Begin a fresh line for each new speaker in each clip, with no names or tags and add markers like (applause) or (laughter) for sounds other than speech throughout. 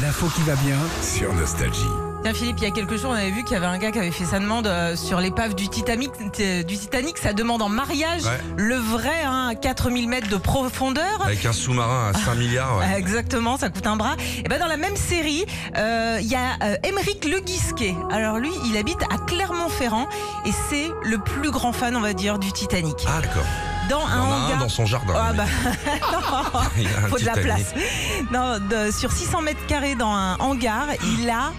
L'info qui va bien.
sur Nostalgie.
Tiens Philippe, il y a quelques jours, on avait vu qu'il y avait un gars qui avait fait sa demande euh, sur l'épave du Titanic, euh, du Titanic, sa demande en mariage,
Ouais.
le vrai, hein, à 4000 mètres de profondeur.
Avec un sous-marin à 5 milliards. ouais.
Euh, (laughs) Exactement, ça coûte un bras. Et ben dans la même série, euh, il y a euh, Émeric Le Guisquet. Alors lui, il habite à Clermont-Ferrand et c'est le plus grand fan, on va dire, du Titanic.
Ah, d'accord.
Dans
Il y
un
en a un
hangar.
dans son jardin.
Ah
mais
bah (laughs) non.
(laughs) il y a un
faut de la
Titanic.
place. Non, de- sur 600 mètres carrés dans un hangar, il a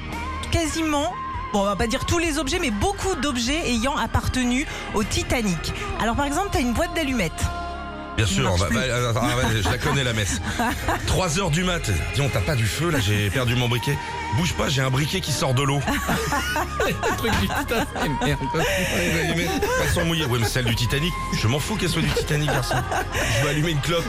quasiment, bon, on va pas dire tous les objets, mais beaucoup d'objets ayant appartenu au Titanic. Alors par exemple, tu as une boîte d'allumettes.
Bien sûr,
marche
bah,
plus.
bah, attends, attends, ouais, je la connais
(laughs)
la messe. 3 heures du mat. Dis, on t'a pas du feu là, j'ai perdu mon briquet. Bouge pas, j'ai un briquet qui
(laughs)
sort de l'eau. Ouais, mais Elles sont mouillées. Oui, mais celle du Titanic, je m'en fous qu'elle soit du Titanic, garçon. Je vais allumer une clope.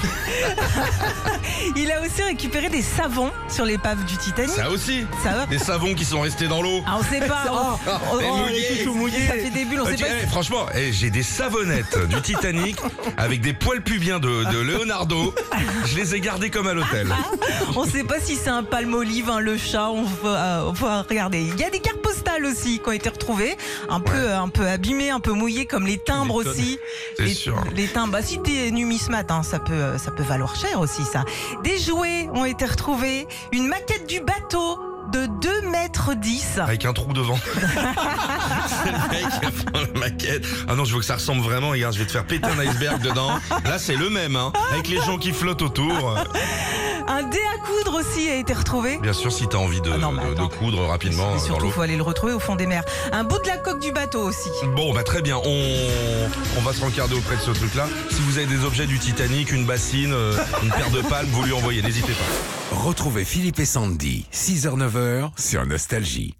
Il a aussi récupéré des savons sur l'épave du Titanic.
Ça aussi.
Ça va
Des savons qui sont restés dans l'eau.
Ah, on sait
(laughs)
pas. on- on-
mais
on-
mouillé.
tout mouillé. Ça fait des bulles, on
Ok,
sait pas.
eh, franchement, eh, j'ai des savonnettes du Titanic avec des poils pubiens de, de Leonardo. Je les ai gardés comme à l'hôtel.
On sait pas si c'est un palme olive, un le chat, on va, euh, on va regarder. Il y a des cartes postales aussi qui ont été retrouvées, un peu, euh, un peu abîmées, un peu mouillées, comme les timbres
Tu m'étonnes.
aussi.
(laughs) C'est
les,
sûr.
Les timbres, bah, si t'es numismate, hein, ça peut, euh, ça peut valoir cher aussi ça. Des jouets ont été retrouvés, une maquette du bateau de 2 mètres 10.
Avec un
(laughs)
trou devant. C'est le mec qui prend la maquette. Ah non, je veux que ça ressemble vraiment. Regarde, je vais te faire péter un iceberg dedans. Là, c'est le même, hein. Avec les gens qui flottent autour.
Un dé à coudre aussi a été retrouvé.
Bien sûr, si t'as envie de,
Ah non, mais
de- de
attends.
coudre rapidement
Mais
euh, dans
surtout,
l'eau.
faut aller le retrouver au fond des mers. Un bout de la coque du bateau aussi.
Bon, bah très bien. On, on va se rencarder auprès de ce truc-là. Si vous avez des objets du Titanic, une bassine, euh, une paire de palmes, vous lui envoyez. N'hésitez pas.
Retrouvez Philippe et Sandy, 6h-9h sur Nostalgie.